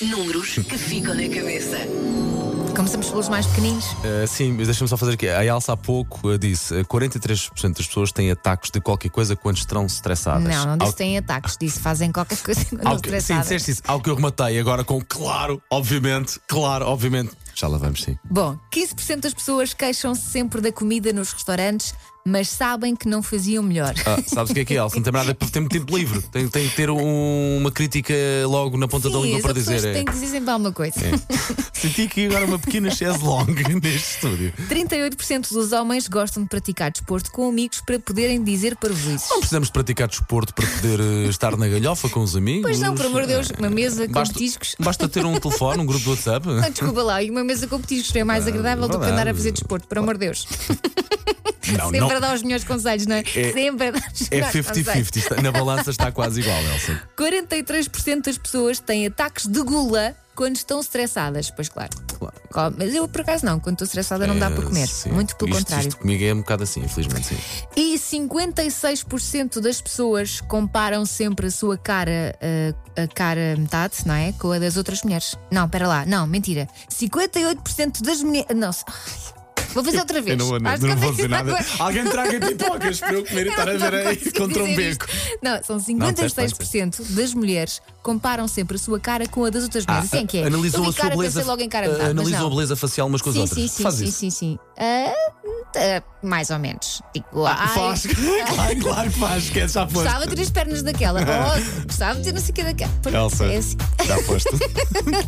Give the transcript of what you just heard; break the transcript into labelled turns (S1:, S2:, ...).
S1: Números que ficam na cabeça.
S2: Começamos pelos mais pequeninos.
S3: Uh, sim, mas deixa-me só fazer aqui. A Elsa há pouco uh, disse uh, 43% das pessoas têm ataques de qualquer coisa quando estão estressadas.
S2: Não, não disse
S3: Ao-
S2: que têm ataques, disse fazem qualquer coisa quando
S3: ao
S2: não
S3: que, sim,
S2: estressadas.
S3: disseste isso. Ao que eu rematei agora com claro, obviamente, claro, obviamente. Já lá vamos, sim.
S2: Bom, 15% das pessoas queixam-se sempre da comida nos restaurantes, mas sabem que não faziam melhor.
S3: Ah, sabes o que é que é, Elsa? Não tem nada para ter muito tempo livre. Tem, tem que ter um- uma crítica logo na ponta da
S2: Sim,
S3: língua
S2: as
S3: para
S2: pessoas
S3: dizer. é.
S2: têm que dizer É. sempre alguma coisa.
S3: Senti aqui agora uma pequena chaise longue neste estúdio.
S2: 38% dos homens gostam de praticar desporto com amigos para poderem dizer parvoíces.
S3: Não precisamos de praticar desporto para poder eh, estar na galhofa com os amigos. É.
S2: Pois não, por amor de Deus, uma mesa com
S3: Basta-
S2: petiscos.
S3: Basta ter um telefone, um grupo do WhatsApp.
S2: Ah, Desculpa lá, e uma mesa com petiscos é mais agradável do que
S3: verdade.
S2: andar a fazer desporto, por amor de Deus.
S3: Não,
S2: Sempre a dar os melhores conselhos, não é? Sempre a dar os
S3: É
S2: melhores conselhos.
S3: 50-50. Está- Na balança está quase igual, Elsa.
S2: 43% das pessoas têm ataques de gula quando estão estressadas, pois claro.
S3: Claro.
S2: Come- Mas eu, por acaso, não. Quando estou estressada, não dá para comer.
S3: Eh, sim.
S2: Muito pelo
S3: Isto-
S2: contrário.
S3: Isto comigo é um bocado assim, infelizmente, sim.
S2: E 56% das pessoas comparam sempre a sua cara, a, a cara metade, não é? Com a das outras mulheres. Não, pera lá. Não, mentira. 58% das mulheres. Não, se- Ai, vou fazer outra vez. Acho que eu tenho que dar agora.
S3: Alguém traga pipocas para eu comer e estar a ver
S2: Não
S3: aí
S2: consigo
S3: contra um
S2: dizer
S3: beco.
S2: isto. Não, são
S3: Não, disseste bem,
S2: 56% das mulheres comparam sempre a sua cara com a das outras mulheres. assim é que é. Eu
S3: Ah, Analisou
S2: vi
S3: a sua
S2: cara,
S3: beleza.
S2: pensei logo em cara
S3: eh,
S2: metade, mas
S3: analisou
S2: não.
S3: a beleza facial umas com as
S2: sim,
S3: outras.
S2: Sim, sim,
S3: Faz
S2: sim,
S3: isso.
S2: sim, sim. Ah, ah, mais ou menos. Tipo, ai,
S3: Ah, Faz, claro, claro que faz, esquece, já foste.
S2: gostava de ter as pernas daquela. Oh, gostava de ter não sei o que daquela. Pronto,
S3: Elsa,
S2: é assim.
S3: já foste.